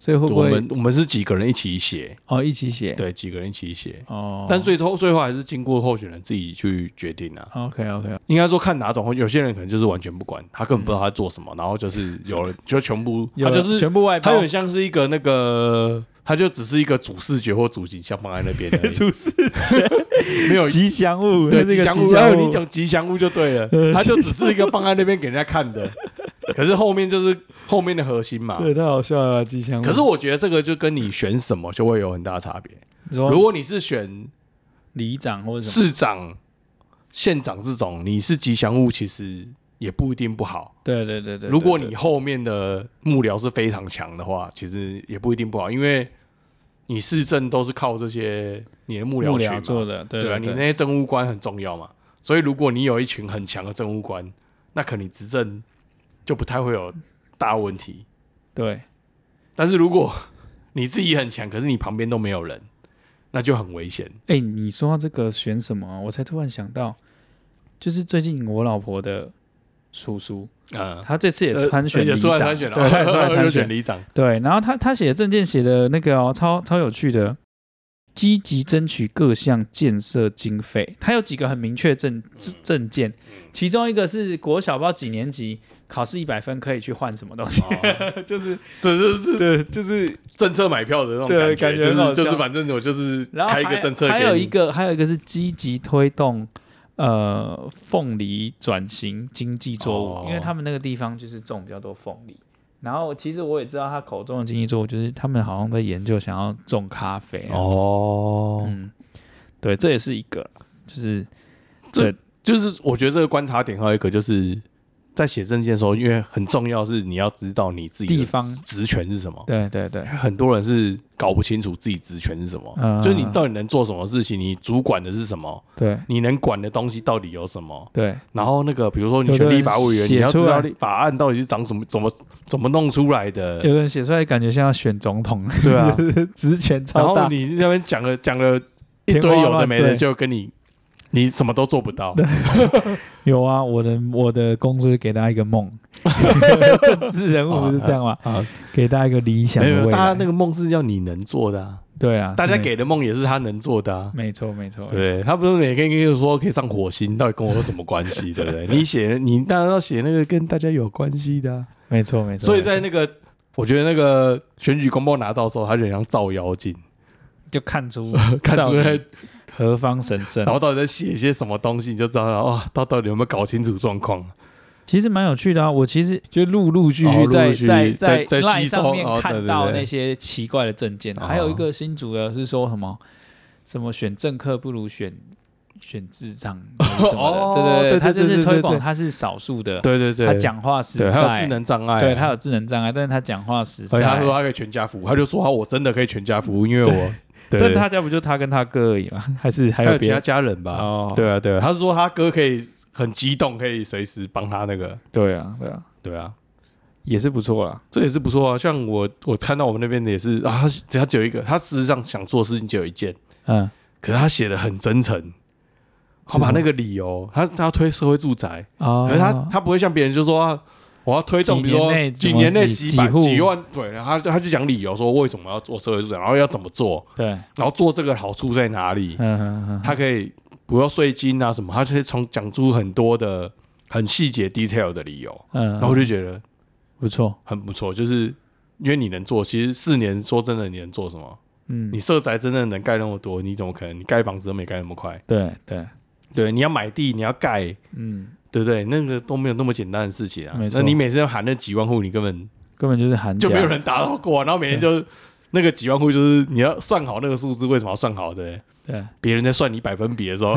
S2: 所以会不
S1: 我
S2: 会
S1: 们我们是几个人一起写，
S2: 哦一起写？
S1: 对，几个人一起写，
S2: 哦，
S1: 但最后最后还是经过候选人自己去决定啊。
S2: OK OK，
S1: 应该说看哪种，有些人可能就是完全不管，他根本不知道他做什么，然后就是有人就全部，他就是
S2: 嗯全部外
S1: 它
S2: 包
S1: 有，点像是一个那个，它就只是一个主视觉或主景象放在那边而已，
S2: 主事
S1: 没有
S2: 吉祥物，
S1: 对
S2: 这
S1: 吉
S2: 个
S1: 祥
S2: 吉
S1: 物，还有
S2: 祥
S1: 你
S2: 物，
S1: 讲吉祥物就对了
S2: 呃，
S1: 它就只是一个放在那边给人家看 的，可是后面就是后面的核心嘛
S2: 这。也太好笑了吧，吉祥物。
S1: 可是我觉得这个就跟你选什么就会有很大差别。
S2: 你说
S1: 如果你是选
S2: 里长或者什么，
S1: 市长、县长这种，你是吉祥物，其实也不一定不好。
S2: 对对对对，
S1: 如果
S2: 对对
S1: 你后面的幕僚是非常强的话，其实也不一定不好，因为你市政都是靠这些你的幕僚
S2: 幕
S1: 群
S2: 僚
S1: 嘛
S2: 做的，对
S1: 对啊，
S2: 对
S1: 你
S2: 对
S1: 那些政务官很重要嘛。所以如果你有一群很强的政务官，那可能你执政就不太会有大问题。
S2: 对
S1: 但是如果你自己很强，可是你旁边都没有人，那就很危险。
S2: 哎、你说到这个选什么啊、我才突然想到，就是最近我老婆的叔叔，
S1: 嗯，
S2: 他这次也参选
S1: 而且
S2: 里
S1: 出
S2: 长，
S1: 来参选了，
S2: 对，他 也出来参
S1: 又
S2: 选
S1: 选，里长，
S2: 对，然后他他写的证件写的那个哦，超超有趣的，积极争取各项建设经费，他有几个很明确
S1: 嗯
S2: 证证件，其中一个是国小不知道几年级考试一百分可以去换什么东西，
S1: 哦
S2: 就是
S1: 这就是
S2: 对，就是
S1: 政策买票的那种
S2: 对
S1: 感
S2: 感觉
S1: 就
S2: 很好
S1: 是
S2: 笑
S1: 就是反正我就是
S2: 然后
S1: 开一个
S2: 还
S1: 政策给你，
S2: 还有一个还有一个是积极推动呃凤梨转型经济作物，
S1: 哦
S2: 因为他们那个地方就是种比较多凤梨。然后其实我也知道他口中的经济作物，就是他们好像在研究想要种咖啡、哦，
S1: 哦，
S2: 嗯，对，这也是一个，就是
S1: 这
S2: 对
S1: 就是我觉得这个观察点还有一个就是在写证件的时候，因为很重要是你要知道你自己的
S2: 地方
S1: 职权是什么。
S2: 对对对，
S1: 很多人是搞不清楚自己职权是什么，
S2: 嗯
S1: 哦就是你到底能做什么事情，你主管的是什么，
S2: 对
S1: 你能管的东西到底有什么。
S2: 对
S1: 然后那个，比如说你
S2: 有的
S1: 选
S2: 人
S1: 立法委员，
S2: 写
S1: 你要知
S2: 出
S1: 道
S2: 来
S1: 立法案到底是长什么、怎么、怎么弄出来的，
S2: 有人写出来感觉像要选总统，
S1: 对啊。
S2: 职权
S1: 然
S2: 超
S1: 后
S2: 大，
S1: 你那边讲了讲了一堆
S2: 天花
S1: 有的
S2: 乱
S1: 没的，
S2: 坠
S1: 就跟你你什么都做不 到。
S2: 有啊，我的我的工作就是给大家一 个梦，政治人物不是这样吗？
S1: 啊，
S2: 给大家一个理想
S1: 没
S2: 的
S1: 有，没有
S2: 未
S1: 大家
S2: 来。
S1: 那个梦是要你能做的、啊，
S2: 对啊，
S1: 大家
S2: 是没
S1: 给的梦也是他能做的、啊。
S2: 没错没错，没错
S1: 对他不是每天跟你说可以上火星，到底跟我有什么关系？对不 对？你写你当然要写那个跟大家有关系的、啊，
S2: 没错没错。
S1: 所以在那个我觉得那个选举公报拿到的时候，他就很像照妖镜，
S2: 就看出
S1: 看出
S2: 到
S1: 来
S2: 底，何方神圣
S1: 然。后到底在写些什么东西，你就知道了哇，他到底有没有搞清楚状况？
S2: 其实蛮有趣的啊，我其实就陆陆续
S1: 哦陆
S2: 续
S1: 陆
S2: 在
S1: 续续
S2: 在
S1: 在在吸
S2: line
S1: 收
S2: 上面
S1: 哦对
S2: 看
S1: 对
S2: 到
S1: 对
S2: 那些奇怪的证件，啊
S1: 哦
S2: 还有一个新主的是说什么什么选政客不如选。选 智障什么的，
S1: 哦
S2: 对
S1: 对对
S2: 他就
S1: 对
S2: 是
S1: 对对
S2: 推广
S1: 对
S2: 他是少数的，
S1: 对对对，
S2: 他讲话实
S1: 对，
S2: 在，
S1: 还有智能障碍啊，
S2: 对他有智能障碍，但是他讲话实
S1: 而
S2: 在。
S1: 且他说他可以全家服务，他就说他我真的可以全家服务，因为我对
S2: 但他家不就他跟他哥而已吗？ 还是
S1: 还
S2: 还
S1: 有
S2: 有
S1: 其
S2: 别
S1: 他
S2: 的？
S1: 家人吧？
S2: 哦，
S1: 对啊，对啊，他是说他哥可以很激动，可以随时帮他那个，
S2: 对啊，对啊，
S1: 对啊，
S2: 也是不错啦。
S1: 这也是不错啊。像我我看到我们那边的也是啊，他他只有一个，他事实上想做的事情只有一件，
S2: 嗯，
S1: 可是他写的很真诚。他
S2: 是
S1: 把
S2: 什么
S1: 那个理由，他他要推社会住宅，
S2: 哦
S1: 可是他他不会像别人就说啊我要推动，
S2: 几
S1: 比如
S2: 年
S1: 说
S2: 内
S1: 几
S2: 怎么
S1: 年内
S2: 几
S1: 几百
S2: 几户
S1: 几万，对，然后他就他就讲理由说为什么要做社会住宅，然后要怎么做，
S2: 对，
S1: 然后做这个好处在哪里
S2: 嗯，嗯嗯，
S1: 他可以不要税金啊什么，他可以从讲出很多的很细节 detail 的理由，
S2: 嗯
S1: 然，后我就觉得
S2: 不错，
S1: 很不错，就是因为你能做，其实四年说真的，你能做什么？
S2: 嗯
S1: 你，社宅真的能盖那么多，你怎么可能？你盖房子都没盖那么快，
S2: 对对，
S1: 对，你要买地，你要盖，
S2: 嗯，
S1: 对不对？那个都没有那么简单的事情啊
S2: 没。错
S1: 那你每次要喊那几万户，你根本
S2: 根本就是寒假，
S1: 就没有人达到过啊、然后每天就那个几万户，就是你要算好那个数字，为什么要算好？对不对？
S2: 对，
S1: 别人在算你百分比的 时候，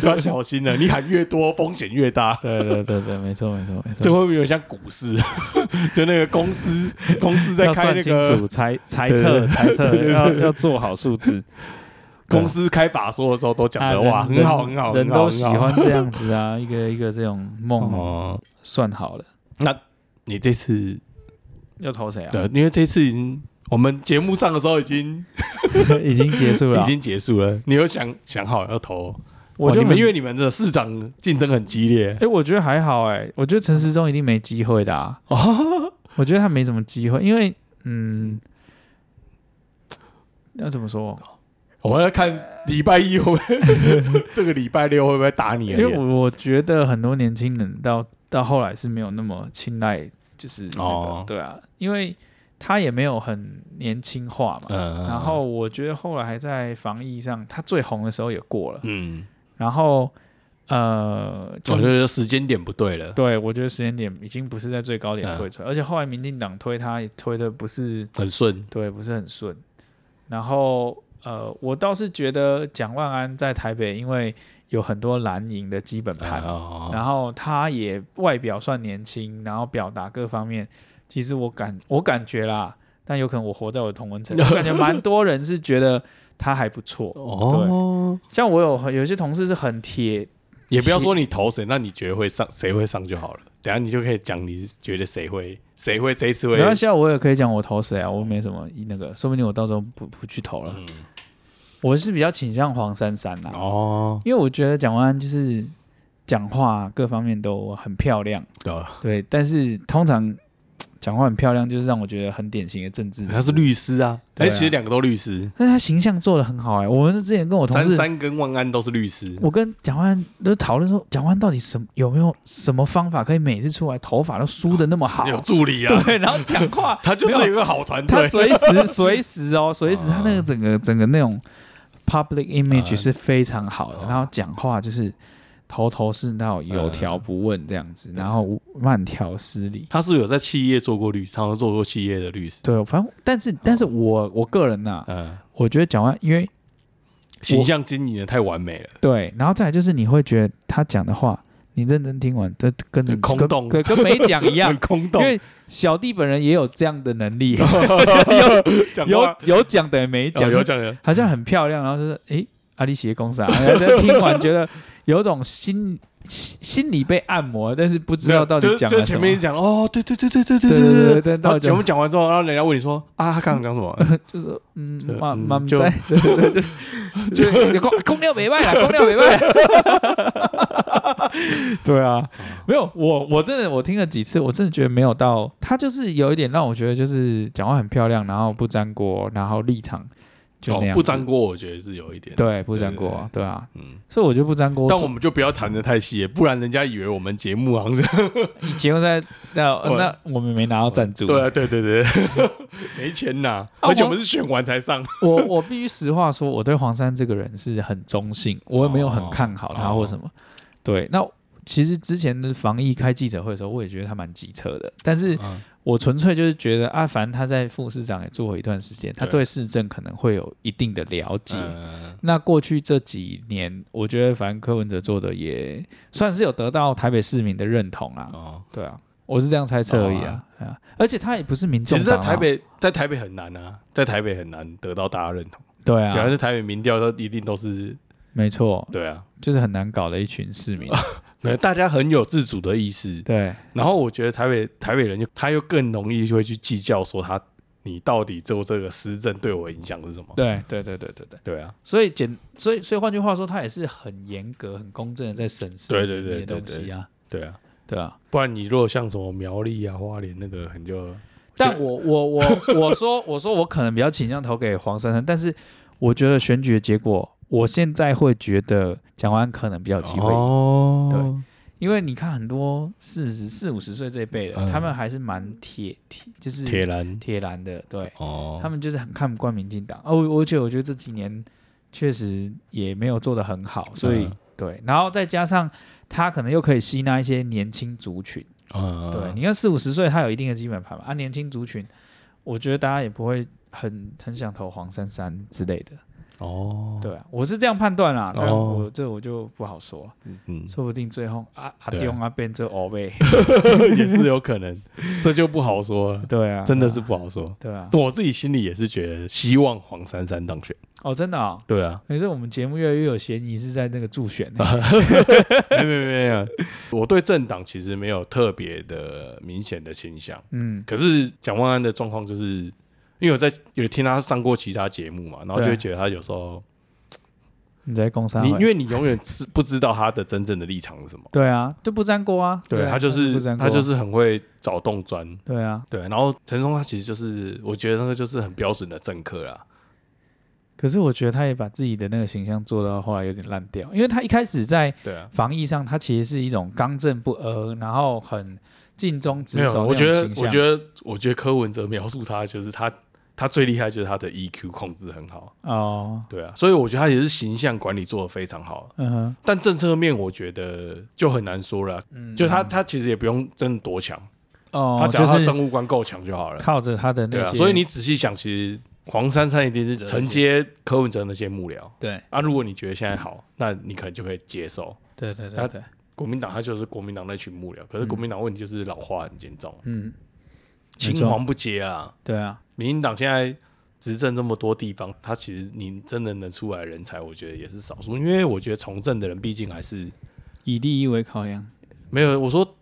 S1: 就要小心了。你喊越多，风险越大。
S2: 对对对对，没错没错 没
S1: 这会
S2: 错。
S1: 不会有点像股市？ 就那个公司，公司在
S2: 要
S1: 开
S2: 算
S1: 那
S2: 清
S1: 个
S2: 楚， 猜猜
S1: 对
S2: 测
S1: 对
S2: 猜测，
S1: 对对
S2: 要
S1: 对
S2: 要做好数字。
S1: 公司开法说的时候都 讲的哇，
S2: 啊
S1: 很好，很好，
S2: 人
S1: 很好
S2: 都喜。
S1: 很好
S2: 欢这样子啊，一个一个这种梦
S1: 哦，
S2: 算好了，
S1: 你这次
S2: 要投谁啊？
S1: 对，因为这次已经我们节目上的时候已经
S2: 已经结束了
S1: 已
S2: 啊，
S1: 经结束了，你有想想好要投？
S2: 我
S1: 哇
S2: 就
S1: 你们
S2: 很
S1: 因为你们的市场竞争很激烈
S2: 哎、我觉得还好哎、我觉得陈时中一定没机会的、啊。
S1: 哦，
S2: 我觉得他没什么机会，因为嗯，要怎么说？
S1: 我们要看礼拜一会不会， 这个礼拜六会不会打你
S2: 因
S1: 的
S2: 为
S1: 脸？
S2: 我我觉得很多年轻人到到后来是没有那么青睐，就是、那个、
S1: 哦
S2: 对啊，因为他也没有很年轻化嘛。
S1: 嗯
S2: 然后我觉得后来还在防疫上，他最红的时候也过了。
S1: 嗯，
S2: 然后呃，就
S1: 我觉得哦时间点不对了，
S2: 对我觉得时间点已经不是在最高点
S1: 嗯
S2: 推出来，而且后来民进党推他也推的不是
S1: 很顺。
S2: 对，不是很顺。然后呃，我倒是觉得蒋万安在台北，因为有很多蓝营的基本盘，
S1: 哦，
S2: 然后他也外表算年轻，然后表达各方面，其实我感我感觉啦，但有可能我活在我的同温层，我感觉蛮多人是觉得他还不 错。
S1: 哦，
S2: 像我有有一些同事是很铁，
S1: 也不要说你投谁，那你觉得会上谁会上就好了。等一下你就可以讲你觉得谁会谁会这一次会
S2: 没关系啊，我也可以讲我投谁啊，我没什么那个，说不定我到时候不不去投了。
S1: 嗯
S2: 我是比较倾向黄珊珊啦、
S1: 哦，
S2: 因为我觉得蒋万安就是讲话各方面都很漂 亮，
S1: 对啊，
S2: 对，但是通常讲话很漂亮，就是让我觉得很典型的政治人。
S1: 他是律师啊，哎，
S2: 对啊
S1: 其实两个都律师，
S2: 但是他形象做的很好哎、我们是之前跟我同
S1: 三
S2: 事，
S1: 三跟万安都是律师。
S2: 我跟蒋万安都讨论说，蒋万安到底什么有没有什么方法可以每次出来头发都梳的那么好？
S1: 有助理啊，，
S2: 对，然后讲话
S1: 他就是
S2: 没有
S1: 有一个好团
S2: 他
S1: 队。
S2: 随时随 时哦，随时他那个整个整个那种 public
S1: 啊
S2: image 是非常好的，
S1: 哦
S2: 然后讲话就是头头是道，有条不紊这样子，
S1: 嗯
S2: 然后慢条斯理。
S1: 他是有在企业做过律，常常做过企业的律师。
S2: 对，反正但是但是
S1: 哦
S2: 我我个人呐、
S1: 嗯，
S2: 我觉得讲话因为
S1: 形象经营的太完美了，
S2: 对，然后再来就是你会觉得他讲的话，你认真听完，这跟你
S1: 很空
S2: 跟
S1: 洞
S2: 对，跟没讲一样
S1: 很。空
S2: 因
S1: 洞。
S2: 为小弟本人也有这样的能力，
S1: 讲
S2: 有
S1: 话
S2: 有讲的也没讲，
S1: 哦有讲的，
S2: 好像很漂亮，然后就是诶，阿里写公 司啊，然后听完觉得有种心心心里被按摩，但是不知道到底讲
S1: 就就
S2: 了
S1: 前
S2: 什
S1: 面一直
S2: 么。
S1: 讲哦，对对对对对对
S2: 对对
S1: 对
S2: 对对
S1: 然后
S2: 到底
S1: 全部讲完之后，然后人家问你说啊，他刚刚讲什么？
S2: 就是嗯
S1: 就，
S2: 妈
S1: 嗯
S2: 妈
S1: 就
S2: 在，对对对就就空空调没卖啦，空调没卖。 对啊，没有我我真的我听了几次，我真的觉得没有到，他就是有一点让我觉得就是讲话很漂亮，然后不沾锅，然后立场 就那
S1: 哦
S2: 样、
S1: 不粘，锅，我觉得是有一点。
S2: 对，不沾
S1: 对对
S2: 锅，对啊，
S1: 嗯，
S2: 所以我就不沾锅。
S1: 但我们就不要谈的太细了，不然人家以为我们节目好像是
S2: 结婚 在那
S1: 我
S2: 那我们没拿到赞助。
S1: 对啊，对对对，没钱呐，
S2: 啊
S1: 而且我
S2: 我
S1: 们是选完才 上。
S2: 我我必须实话说，我对黄山这个人是很中性，我也没有很看好他
S1: 哦
S2: 或什么。对，那其实之前的防疫开记者会的时候，我也觉得他蛮机车的，但是
S1: 嗯
S2: 我纯粹就是觉得啊，反正他在副市长也做过一段时间，他
S1: 对
S2: 对市政可能会有一定的了解。
S1: 嗯
S2: 那过去这几年，我觉得反正柯文哲做的也算是有得到台北市民的认同啦。
S1: 哦，
S2: 对啊，我是这样猜测而已啊。对啊，而且他也不是民
S1: 其
S2: 众
S1: 实，
S2: 党
S1: 在
S2: 啊、
S1: 台北，在台北很难啊，在台北很难得到大家认同。
S2: 对啊，
S1: 主要是台北民调都一定都是
S2: 没错，
S1: 对啊，
S2: 就是很难搞的一群市民。
S1: 哦没有大家很有自主的意识。
S2: 对，
S1: 然后我觉得台北台北人就他又更容易就会去计较说他你到底做这个施政对我影响是什么？
S2: 对，对，对，对，对，对。
S1: 对啊，
S2: 所以简，所以，所以换句话说，他也是很严格、很公正的在审视
S1: 对对对
S2: 你的
S1: 对
S2: 东
S1: 对
S2: 西啊，
S1: 对啊，
S2: 对啊。
S1: 不然你如果像什么苗栗啊、花莲那个，很就
S2: 但我我我 我说我说我可能比较倾向投给黄珊珊，但是我觉得选举的结果，我现在会觉得蒋万安可能比较有机会赢，
S1: 哦
S2: 对因为你看很多四十四五十岁这一辈的，
S1: 嗯
S2: 他们还是蛮铁铁，就是
S1: 铁栏
S2: 铁蓝的，对
S1: 哦，
S2: 他们就是很看不惯民进党。哦，我而且我觉得这几年确实也没有做得很好，所以、
S1: 嗯
S2: 对，然后再加上他可能又可以吸纳一些年轻族群，
S1: 嗯
S2: 对，你看四五十岁他有一定的基本盘嘛，啊，年轻族群，我觉得大家也不会很很想投黄珊珊之类的，
S1: 哦，
S2: 对啊，我是这样判断啦，但
S1: 哦
S2: 我这我就不好说了。
S1: 嗯，
S2: 说不定最后啊阿
S1: 对啊
S2: 丁啊变这 欧贝，
S1: 也是有可能，这就不好说了，
S2: 对啊，
S1: 真的是不好说。
S2: 对啊，
S1: 我自己心里也是觉得希望黄珊珊当选，
S2: 哦真的啊，
S1: 对 啊，
S2: 可是我们节目越来越有嫌疑是在那个助选 欸，
S1: 没有没有没有，我对政党其实没有特别的明显的倾向。
S2: 嗯
S1: 可是蒋万安的状况就是，因为我在有听他上过其他节目嘛，然后就会觉得他有时候
S2: 你在工商
S1: 你
S2: 会，
S1: 因为你永远是不知道他的真正的立场是 什么，
S2: 对啊，就不粘锅啊，啊
S1: 他就
S2: 不
S1: 是
S2: 粘锅啊，
S1: 他就是很会找洞钻，
S2: 对啊，
S1: 对，然后陈松他其实就是我觉得那个就是很标准的政客啦，
S2: 可是我觉得他也把自己的那个形象做到后来有点烂掉，因为他一开始在
S1: 对啊，
S2: 防疫上，他其实是一种刚正不阿，然后很尽忠职
S1: 没有，
S2: 守
S1: 我觉得我觉
S2: 得
S1: 得我觉得柯文哲描述他就是他他最厉害就是他的 EQ 控制很好，
S2: 哦，
S1: 对啊，所以我觉得他也是形象管理做得非常好，
S2: 嗯哼，
S1: 但政策面我觉得就很难说了，
S2: 嗯
S1: 就他他其实也不用真的多强。
S2: 哦
S1: 他，只
S2: 就
S1: 要他
S2: 是
S1: 政务官够强就好了。
S2: 靠着他的
S1: 对
S2: 那
S1: 啊，
S2: 些，
S1: 所以你仔细想，其实黄珊珊一定是承接柯文哲那些幕僚
S2: 对
S1: 啊。如果你觉得现在好，那你可能就可以接受。
S2: 对对对
S1: 他
S2: 对，
S1: 国民党他就是国民党那群幕僚，可是国民党问题就是老化很严重，
S2: 嗯，
S1: 青
S2: 没错
S1: 黄不接啊。
S2: 对啊，
S1: 民进党现在执政这么多地方，他其实你真的能出来的人才，我觉得也是少数，因为我觉得从政的人毕竟还是
S2: 以利益为考量
S1: 没有我说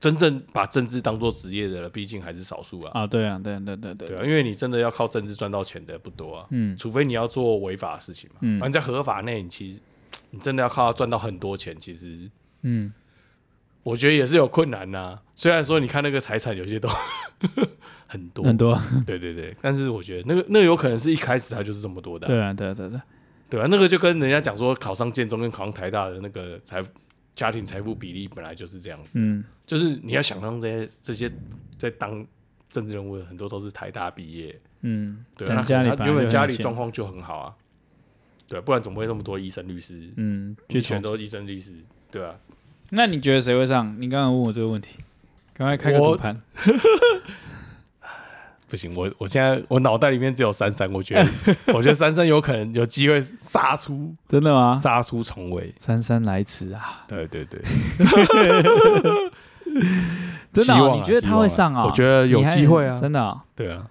S1: 真正把政治当做职业的人，毕竟还是少数啊。
S2: 啊，对啊，对对对
S1: 对
S2: 对，
S1: 啊，因为你真的要靠政治赚到钱的不多啊。
S2: 嗯
S1: 除非你要做违法的事情嘛。
S2: 嗯
S1: 嗯，而你在合法内，你其实你真的要靠它赚到很多钱，其实
S2: 嗯，
S1: 我觉得也是有困难呐、啊虽然说你看那个财产有些都 很多，
S2: 很多，
S1: 对对对，但是我觉得那个那个有可能是一开始它就是这么多的啊、
S2: 对啊，对啊对啊对啊，
S1: 对啊，那个就跟人家讲说考上建中跟考上台大的那个财富家庭财富比例本来就是这样子，啊
S2: 嗯，
S1: 就是你要想让这些这些在当政治人物的很多都是台大毕业，
S2: 嗯，
S1: 对啊，
S2: 但
S1: 那
S2: 家里
S1: 可能
S2: 本
S1: 他
S2: 来
S1: 原
S2: 就
S1: 本
S2: 很
S1: 家
S2: 有
S1: 里
S2: 钱
S1: 状况就很好啊，对，不然怎么会那么多医生律师？
S2: 嗯，
S1: 就
S2: 去
S1: 全
S2: 全
S1: 都
S2: 都。
S1: 医生律师，对啊，
S2: 那你觉得谁会上？你刚刚问我这个问题，赶快开个
S1: 我
S2: 主盘，
S1: 不行，我我现在我脑袋里面只有珊珊，我觉得 我觉得珊珊有可能有机会杀出
S2: 真的吗？
S1: 杀出重围，
S2: 姗姗来迟啊，
S1: 对对对，
S2: 真的
S1: 希
S2: 哦，
S1: 望啊
S2: 你觉得他会上
S1: 希
S2: 啊？
S1: 望啊我觉得有
S2: 你还
S1: 机会啊
S2: 真的哦。
S1: 对啊，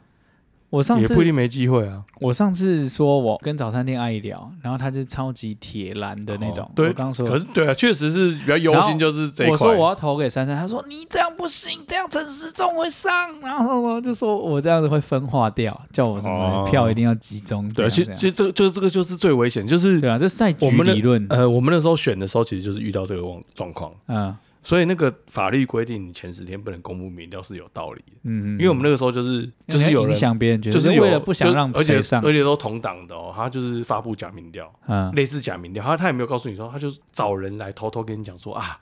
S2: 我上
S1: 也
S2: 次
S1: 不一定没机会啊，
S2: 我上次说我跟早餐店阿姨聊，然后她就超级铁蓝的那种
S1: 哦。对
S2: 我刚说，
S1: 可是对啊，确实是比较忧
S2: 然后
S1: 心就是这一块，
S2: 我说我要投给珊珊，她说你这样不行，这样陈时中会上。然后我就说我这样子会分化掉，叫我什么
S1: 哦
S2: 票一定要集中。这
S1: 对啊，
S2: 样
S1: 其
S2: 这样
S1: 其实这个就是这个就是最危险，就是
S2: 对啊，这赛局
S1: 我们的
S2: 理论，
S1: 呃，我们那时候选的时候其实就是遇到这个状状况，
S2: 嗯
S1: 所以那个法律规定你前十天不能公布民调是有道理的，
S2: 嗯，
S1: 因
S2: 哎
S1: 为我们那个时候就是就是有
S2: 影
S1: 人。
S2: 响别人，觉
S1: 就
S2: 得
S1: 是有
S2: 为了不想
S1: 就
S2: 让
S1: 而且
S2: 谁上
S1: 而，且都同党的哦，他就是发布假民调，
S2: 嗯
S1: 类似假民调，他他也没有告诉你说，他就找人来偷偷跟你讲说啊，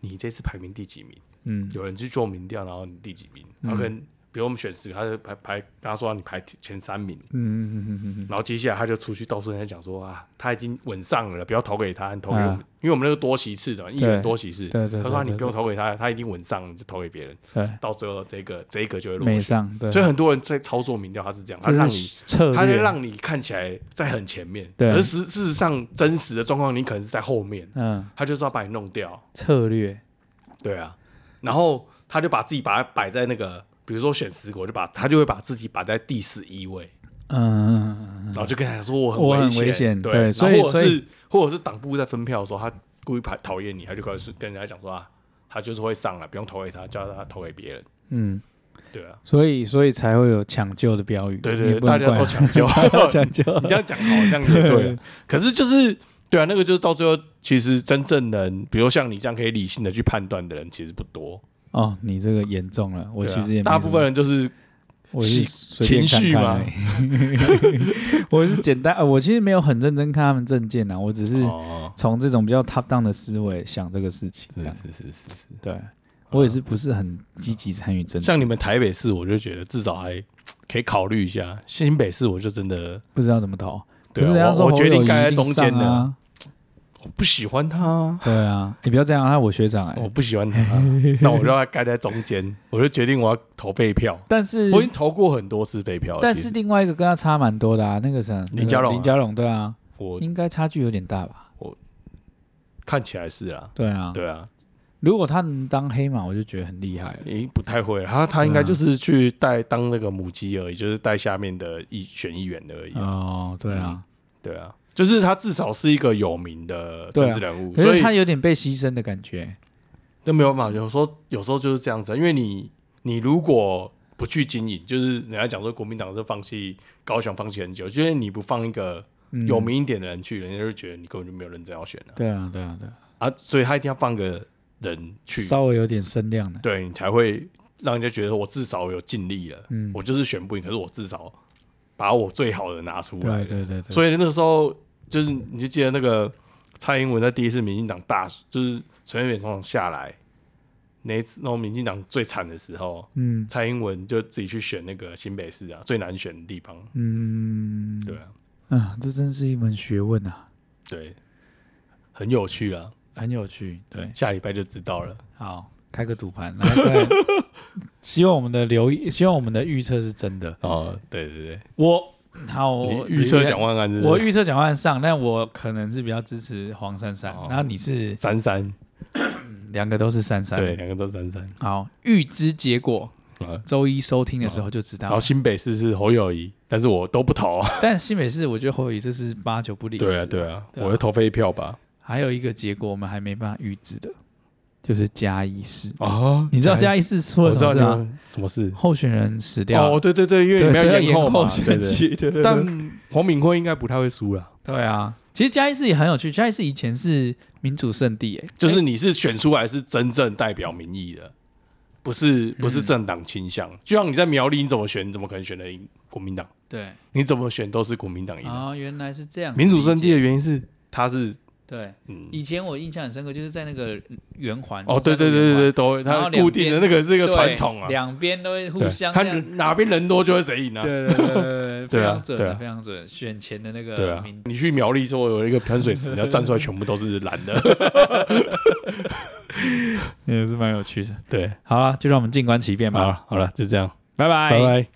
S1: 你这次排名第几名？
S2: 嗯
S1: 有人去做民调，然后你第几名？然后跟比如我们选十个，他就排排跟他说你排前三名，
S2: 嗯嗯嗯嗯嗯
S1: 然后接下来他就出去到处跟人家讲说啊，他已经稳上了，不要投给他，你投给我
S2: 啊
S1: 们，因为我们那个多席次的嘛议员多席次，
S2: 对对对
S1: 他说
S2: 对
S1: 你不
S2: 对
S1: 用投给他，他已经稳上了，你就投给别人，
S2: 嗯，
S1: 到最后这个这一个就会
S2: 对，
S1: 落
S2: 没
S1: 选。
S2: 上，对，
S1: 所以很多人在操作民调，他是这样，他
S2: 这
S1: 让
S2: 是
S1: 你
S2: 策
S1: 它就
S2: 略，啊
S1: 让你看起来在很前面，
S2: 对
S1: 可是实事实上真实的状况，你可能是在后面，
S2: 嗯，
S1: 他就是要把你弄掉，
S2: 策略，
S1: 对啊，然后他就把自己把它摆在那个，比如说选十个，我就把他就会把自己摆在第十一位，
S2: 嗯，
S1: 然后就跟他说我
S2: 我很
S1: 很
S2: 危
S1: 危
S2: 险对
S1: 对，
S2: 所
S1: 然
S2: 以
S1: 后或
S2: 所
S1: 者
S2: 以
S1: 是或者是党部在分票的时候，他故意排讨厌你，他就开始跟人家讲说啊，他就是会上来，不用投给他，叫他投给别人，
S2: 嗯，
S1: 对 啊，
S2: 所以所以才会有抢救的标语，
S1: 对
S2: 你
S1: 对
S2: 也
S1: 对，
S2: 不
S1: 大
S2: 能
S1: 家都
S2: 怪
S1: 抢 救，
S2: 他抢救，
S1: 你这样讲好像也对了，可是就是对啊，那个就是到最后，其实真正能，比如像你这样可以理性的去判断的人，其实不多。
S2: 哦，你这个严重了，我
S1: 对啊
S2: 其实也没
S1: 大
S2: 什
S1: 部
S2: 么
S1: 分人就是
S2: 我是随便
S1: 情绪
S2: 看看
S1: 吗
S2: 而已 我是简单，呃我其实没有很认真看他们证件啊，我只是
S1: 哦，啊
S2: 从这种比较 top down 的思维想这个事情。
S1: 是
S2: 这样
S1: 是是是是。嗯
S2: 对，我也是不是很积极参与政治，
S1: 像你们台北市，我就觉得至少还可以考虑一下。新北市，我就真的
S2: 不知道怎么投。
S1: 对、
S2: 可是人
S1: 啊
S2: 家，说
S1: 我我
S2: 侯
S1: 决
S2: 友
S1: 定
S2: 宜
S1: 盖在
S2: 一
S1: 中
S2: 上
S1: 间的，
S2: 啊，
S1: 我不喜欢他啊，
S2: 对啊，你不要这样啊，他我学长哎、
S1: 我不喜欢 他啊，那我就要盖在中间，我就决定我要投废票。
S2: 但是
S1: 我已经投过很多次废票了，
S2: 但
S1: 其
S2: 是
S1: 实
S2: 另外一个跟他差蛮多的啊，那个谁，那个
S1: 家龙啊
S2: 林家龙对啊，
S1: 我
S2: 应该差距有点大吧？
S1: 看起来是啊，
S2: 对啊，
S1: 对啊，
S2: 如果他能当黑马，我就觉得很厉害了。
S1: 已经不太会了。他他应
S2: 啊
S1: 该就是去带当那个母鸡而已，就是带下面的议选议员而已啊。
S2: 哦，对啊，
S1: 对啊，就是他至少是一个有名的政治人物，
S2: 啊可
S1: 所
S2: 是
S1: 以
S2: 他有点被牺牲的感觉。
S1: 那没有办法，有时候有时候就是这样子啊，因为你你如果不去经营，就是人家讲说国民党是放弃高雄放弃很久，就是你不放一个
S2: 嗯
S1: 有名一点的人去，人家就觉得你根本就没有认真要选了
S2: 对啊，对啊，对啊，
S1: 啊所以他一定要放个人去，
S2: 稍微有点声量的。
S1: 对你才会让人家觉得我至少有尽力了，
S2: 嗯
S1: 我就是选不赢，可是我至少把我最好的拿出来
S2: 对，对对对，以
S1: 所以那个时候就是，你就记得那个蔡英文在第一次民进党大，就是陈水扁总统下来那一次，那种民进党最惨的时候，
S2: 嗯
S1: 蔡英文就自己去选那个新北市啊，最难选的地方。
S2: 嗯
S1: 对啊，
S2: 啊，这真是一门学问啊，
S1: 对，很有趣啊，
S2: 很有趣。对，
S1: 下礼拜就知道了。
S2: 好，开个赌盘，来，再来希望我们的留意，希望我们的预测是真的。
S1: 哦，对对对，
S2: 我好，我
S1: 你预测蒋万啊安是不是
S2: 我预测蒋万安上，但我可能是比较支持黄珊珊，
S1: 哦
S2: 然后你是
S1: 三三，
S2: 两个都是珊珊。
S1: 对，，两个都三啊三
S2: 好，预知结果，
S1: 啊。
S2: 周一收听的时候就知
S1: 然
S2: 道。
S1: 后新北市是侯友谊，但是我都不 投啊。
S2: 但新北市，我觉得侯友宜这是八九不离十。
S1: 对啊，对啊，
S2: 对啊
S1: 我就投废票吧。
S2: 还有一个结果我们还没办法预知的，就是嘉义市。
S1: 啊，
S2: 你知道嘉义市出
S1: 我
S2: 了
S1: 知
S2: 什
S1: 道
S2: 么事
S1: 你
S2: 吗？
S1: 们什么事？
S2: 候选人死掉
S1: 哦，
S2: 了，
S1: 对对对，因为你
S2: 对，
S1: 没
S2: 所以要
S1: 有延
S2: 延
S1: 后嘛，
S2: 选
S1: 对对
S2: 举，对对。对
S1: 但黄敏辉应该不太会输啦，
S2: 对啊，其实嘉义市也很有趣，嘉义市以前是民主圣地，哎，
S1: 就是你是选出来是真正代表民意的，不是不是政党倾
S2: 嗯
S1: 向。就像你在苗栗，你怎么选，你怎么可能选得赢国民党？
S2: 对，
S1: 你怎么选都是国民党赢的。
S4: 哦，原来是这样子理
S1: 民
S4: 解。
S1: 主圣地的原因是它是
S4: 对，
S1: 嗯
S4: 以前我印象很深刻，就是在那个圆环
S1: 哦对对对对对，都会
S4: 然
S1: 它
S4: 后两
S1: 固定的
S4: 边
S1: 那个是一
S4: 这
S1: 个传统啊，
S4: 两边都会互
S1: 对
S4: 相这
S1: 看
S4: 样
S1: 人哪边人多就会谁赢啊。
S2: 对对对对，对
S1: 对
S2: 非
S1: 啊
S2: 常准
S1: 对
S2: 的，
S1: 啊
S2: 非常准。选前的那
S1: 对
S2: 个
S1: 啊
S2: 名，
S1: 你去苗栗说有一个喷水池，你要站出来全部都是蓝的。
S2: 也是蛮有趣的。
S1: 对，
S2: 好了，就让我们静观其变 吧。
S1: 好，好了，就这样，
S2: 拜拜，
S1: 拜拜。